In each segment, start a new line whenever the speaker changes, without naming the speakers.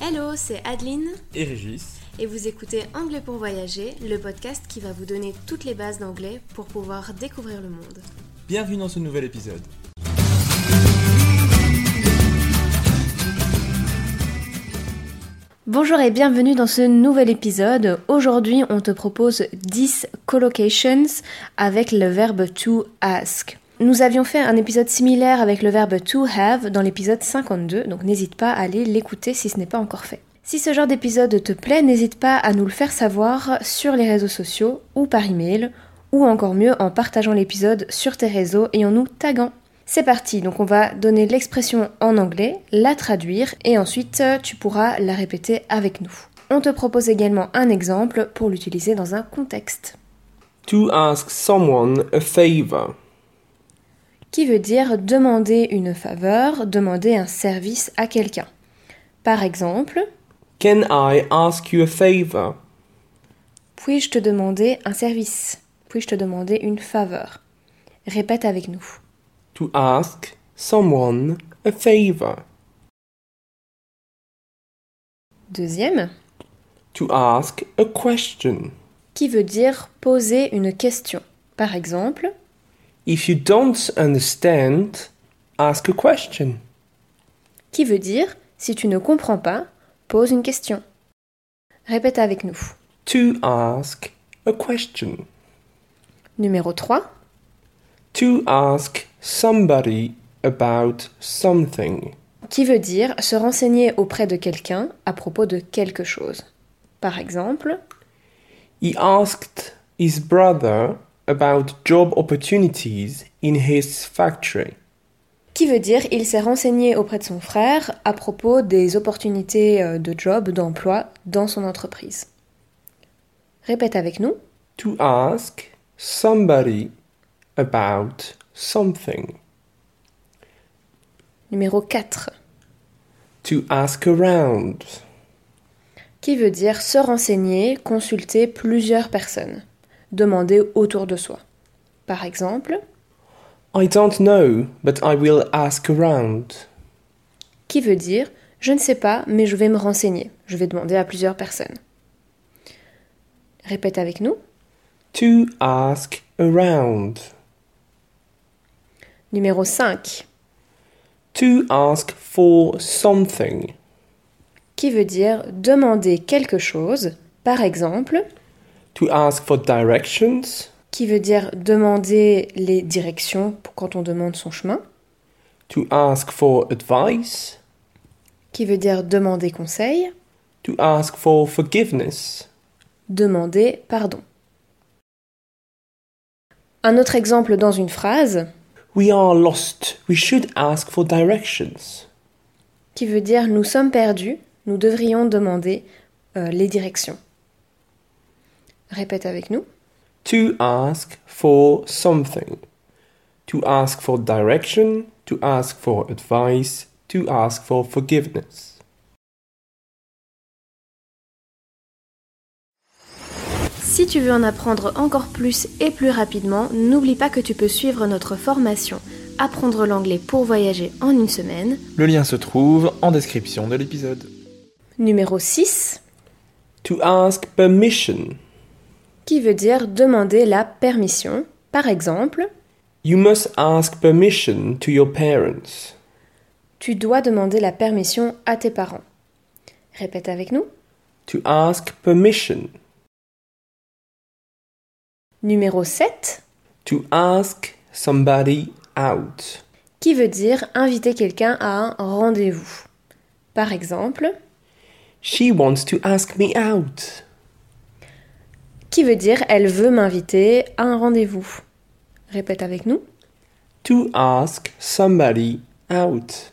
Hello, c'est Adeline
et Régis.
et vous écoutez Anglais pour voyager, le podcast qui va vous donner toutes les bases d'anglais pour pouvoir découvrir le monde.
Bienvenue dans ce nouvel épisode.
Bonjour et bienvenue dans ce nouvel épisode. Aujourd'hui, on te propose 10 collocations avec le verbe to ask. Nous avions fait un épisode similaire avec le verbe to have dans l'épisode 52, donc n'hésite pas à aller l'écouter si ce n'est pas encore fait. Si ce genre d'épisode te plaît, n'hésite pas à nous le faire savoir sur les réseaux sociaux ou par email, ou encore mieux en partageant l'épisode sur tes réseaux et en nous taguant. C'est parti, donc on va donner l'expression en anglais, la traduire et ensuite euh, tu pourras la répéter avec nous. On te propose également un exemple pour l'utiliser dans un contexte,
To ask someone a favor.
qui veut dire demander une faveur, demander un service à quelqu'un. Par exemple,
Can I ask you a favor?
puis-je te demander un service Puis-je te demander une faveur Répète avec nous.
To ask someone a favor.
Deuxième,
To ask a question.
qui veut dire poser une question. Par exemple,
If you don't understand, ask a question.
qui veut dire si tu ne comprends pas, pose une question. Répète avec nous.
To ask a question.
Numéro 3,
To ask somebody about something.
qui veut dire se renseigner auprès de quelqu'un à propos de quelque chose. Par exemple,
He asked his brother about job opportunities in his factory.
qui veut dire il s'est renseigné auprès de son frère à propos des opportunités euh, de job, d'emploi dans son entreprise. Répète avec nous.
to ask somebody about something.
Numéro 4,
To ask around.
qui veut dire se renseigner, consulter plusieurs personnes, demander autour de soi. Par exemple,
I don't know, but I will ask around.
qui veut dire je ne sais pas, mais je vais me renseigner. Je vais demander à plusieurs personnes. Répète avec nous.
To ask around.
Numéro 5,
To ask for something.
qui veut dire demander quelque chose, par exemple,
To ask for directions.
qui veut dire demander les directions pour quand on demande son chemin,
To ask for advice.
qui veut dire demander conseil,
To ask for forgiveness.
demander pardon. Un autre exemple dans une phrase,
We are lost. We should ask for directions.
qui veut dire nous sommes perdus, nous devrions demander euh, les directions. Répète avec nous.
To ask for something. to ask for direction, to ask for advice, to ask for forgiveness.
Si tu veux en apprendre encore plus et plus rapidement, n'oublie pas que tu peux suivre notre formation Apprendre l'anglais pour voyager en une semaine,
Le lien se trouve en description de l'épisode.
numéro 6,
To ask permission.
qui veut dire demander la permission. Par exemple,
You must ask permission to your parents.
tu dois demander la permission à tes parents. Répète avec nous.
To ask permission.
Numéro 7,
To ask somebody out.
qui veut dire inviter quelqu'un à un rendez-vous. Par exemple,
She wants to ask me out.
qui veut dire elle veut m'inviter à un rendez-vous. Répète avec nous.
To ask somebody out.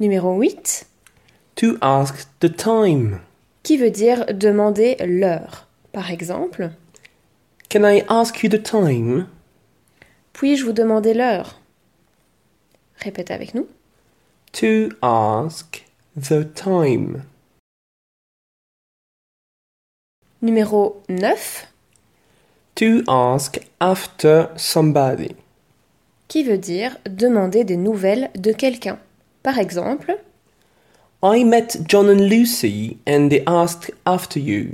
Numéro 8,
To ask the time.
qui veut dire demander l'heure. Par exemple,
Can I ask you the time?
puis-je vous demander l'heure Répète avec nous.
To ask the time.
Numéro 9,
To ask after somebody.
qui veut dire demander des nouvelles de quelqu'un. Par exemple,
I met John and Lucy and they asked after you.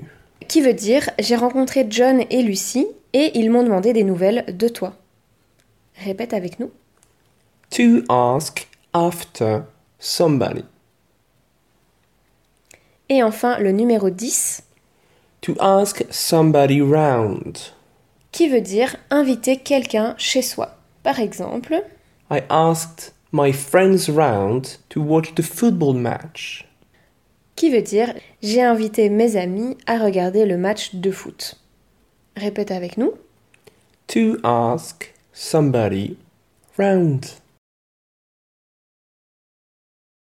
qui veut dire j'ai rencontré John et Lucie et ils m'ont demandé des nouvelles de toi. Répète avec nous.
To ask after somebody.
Et enfin, le numéro 10,
To ask somebody round.
qui veut dire inviter quelqu'un chez soi. Par exemple,
I asked my friends round to watch the football match.
qui veut dire j'ai invité mes amis à regarder le match de foot. Répète avec nous.
To ask somebody round.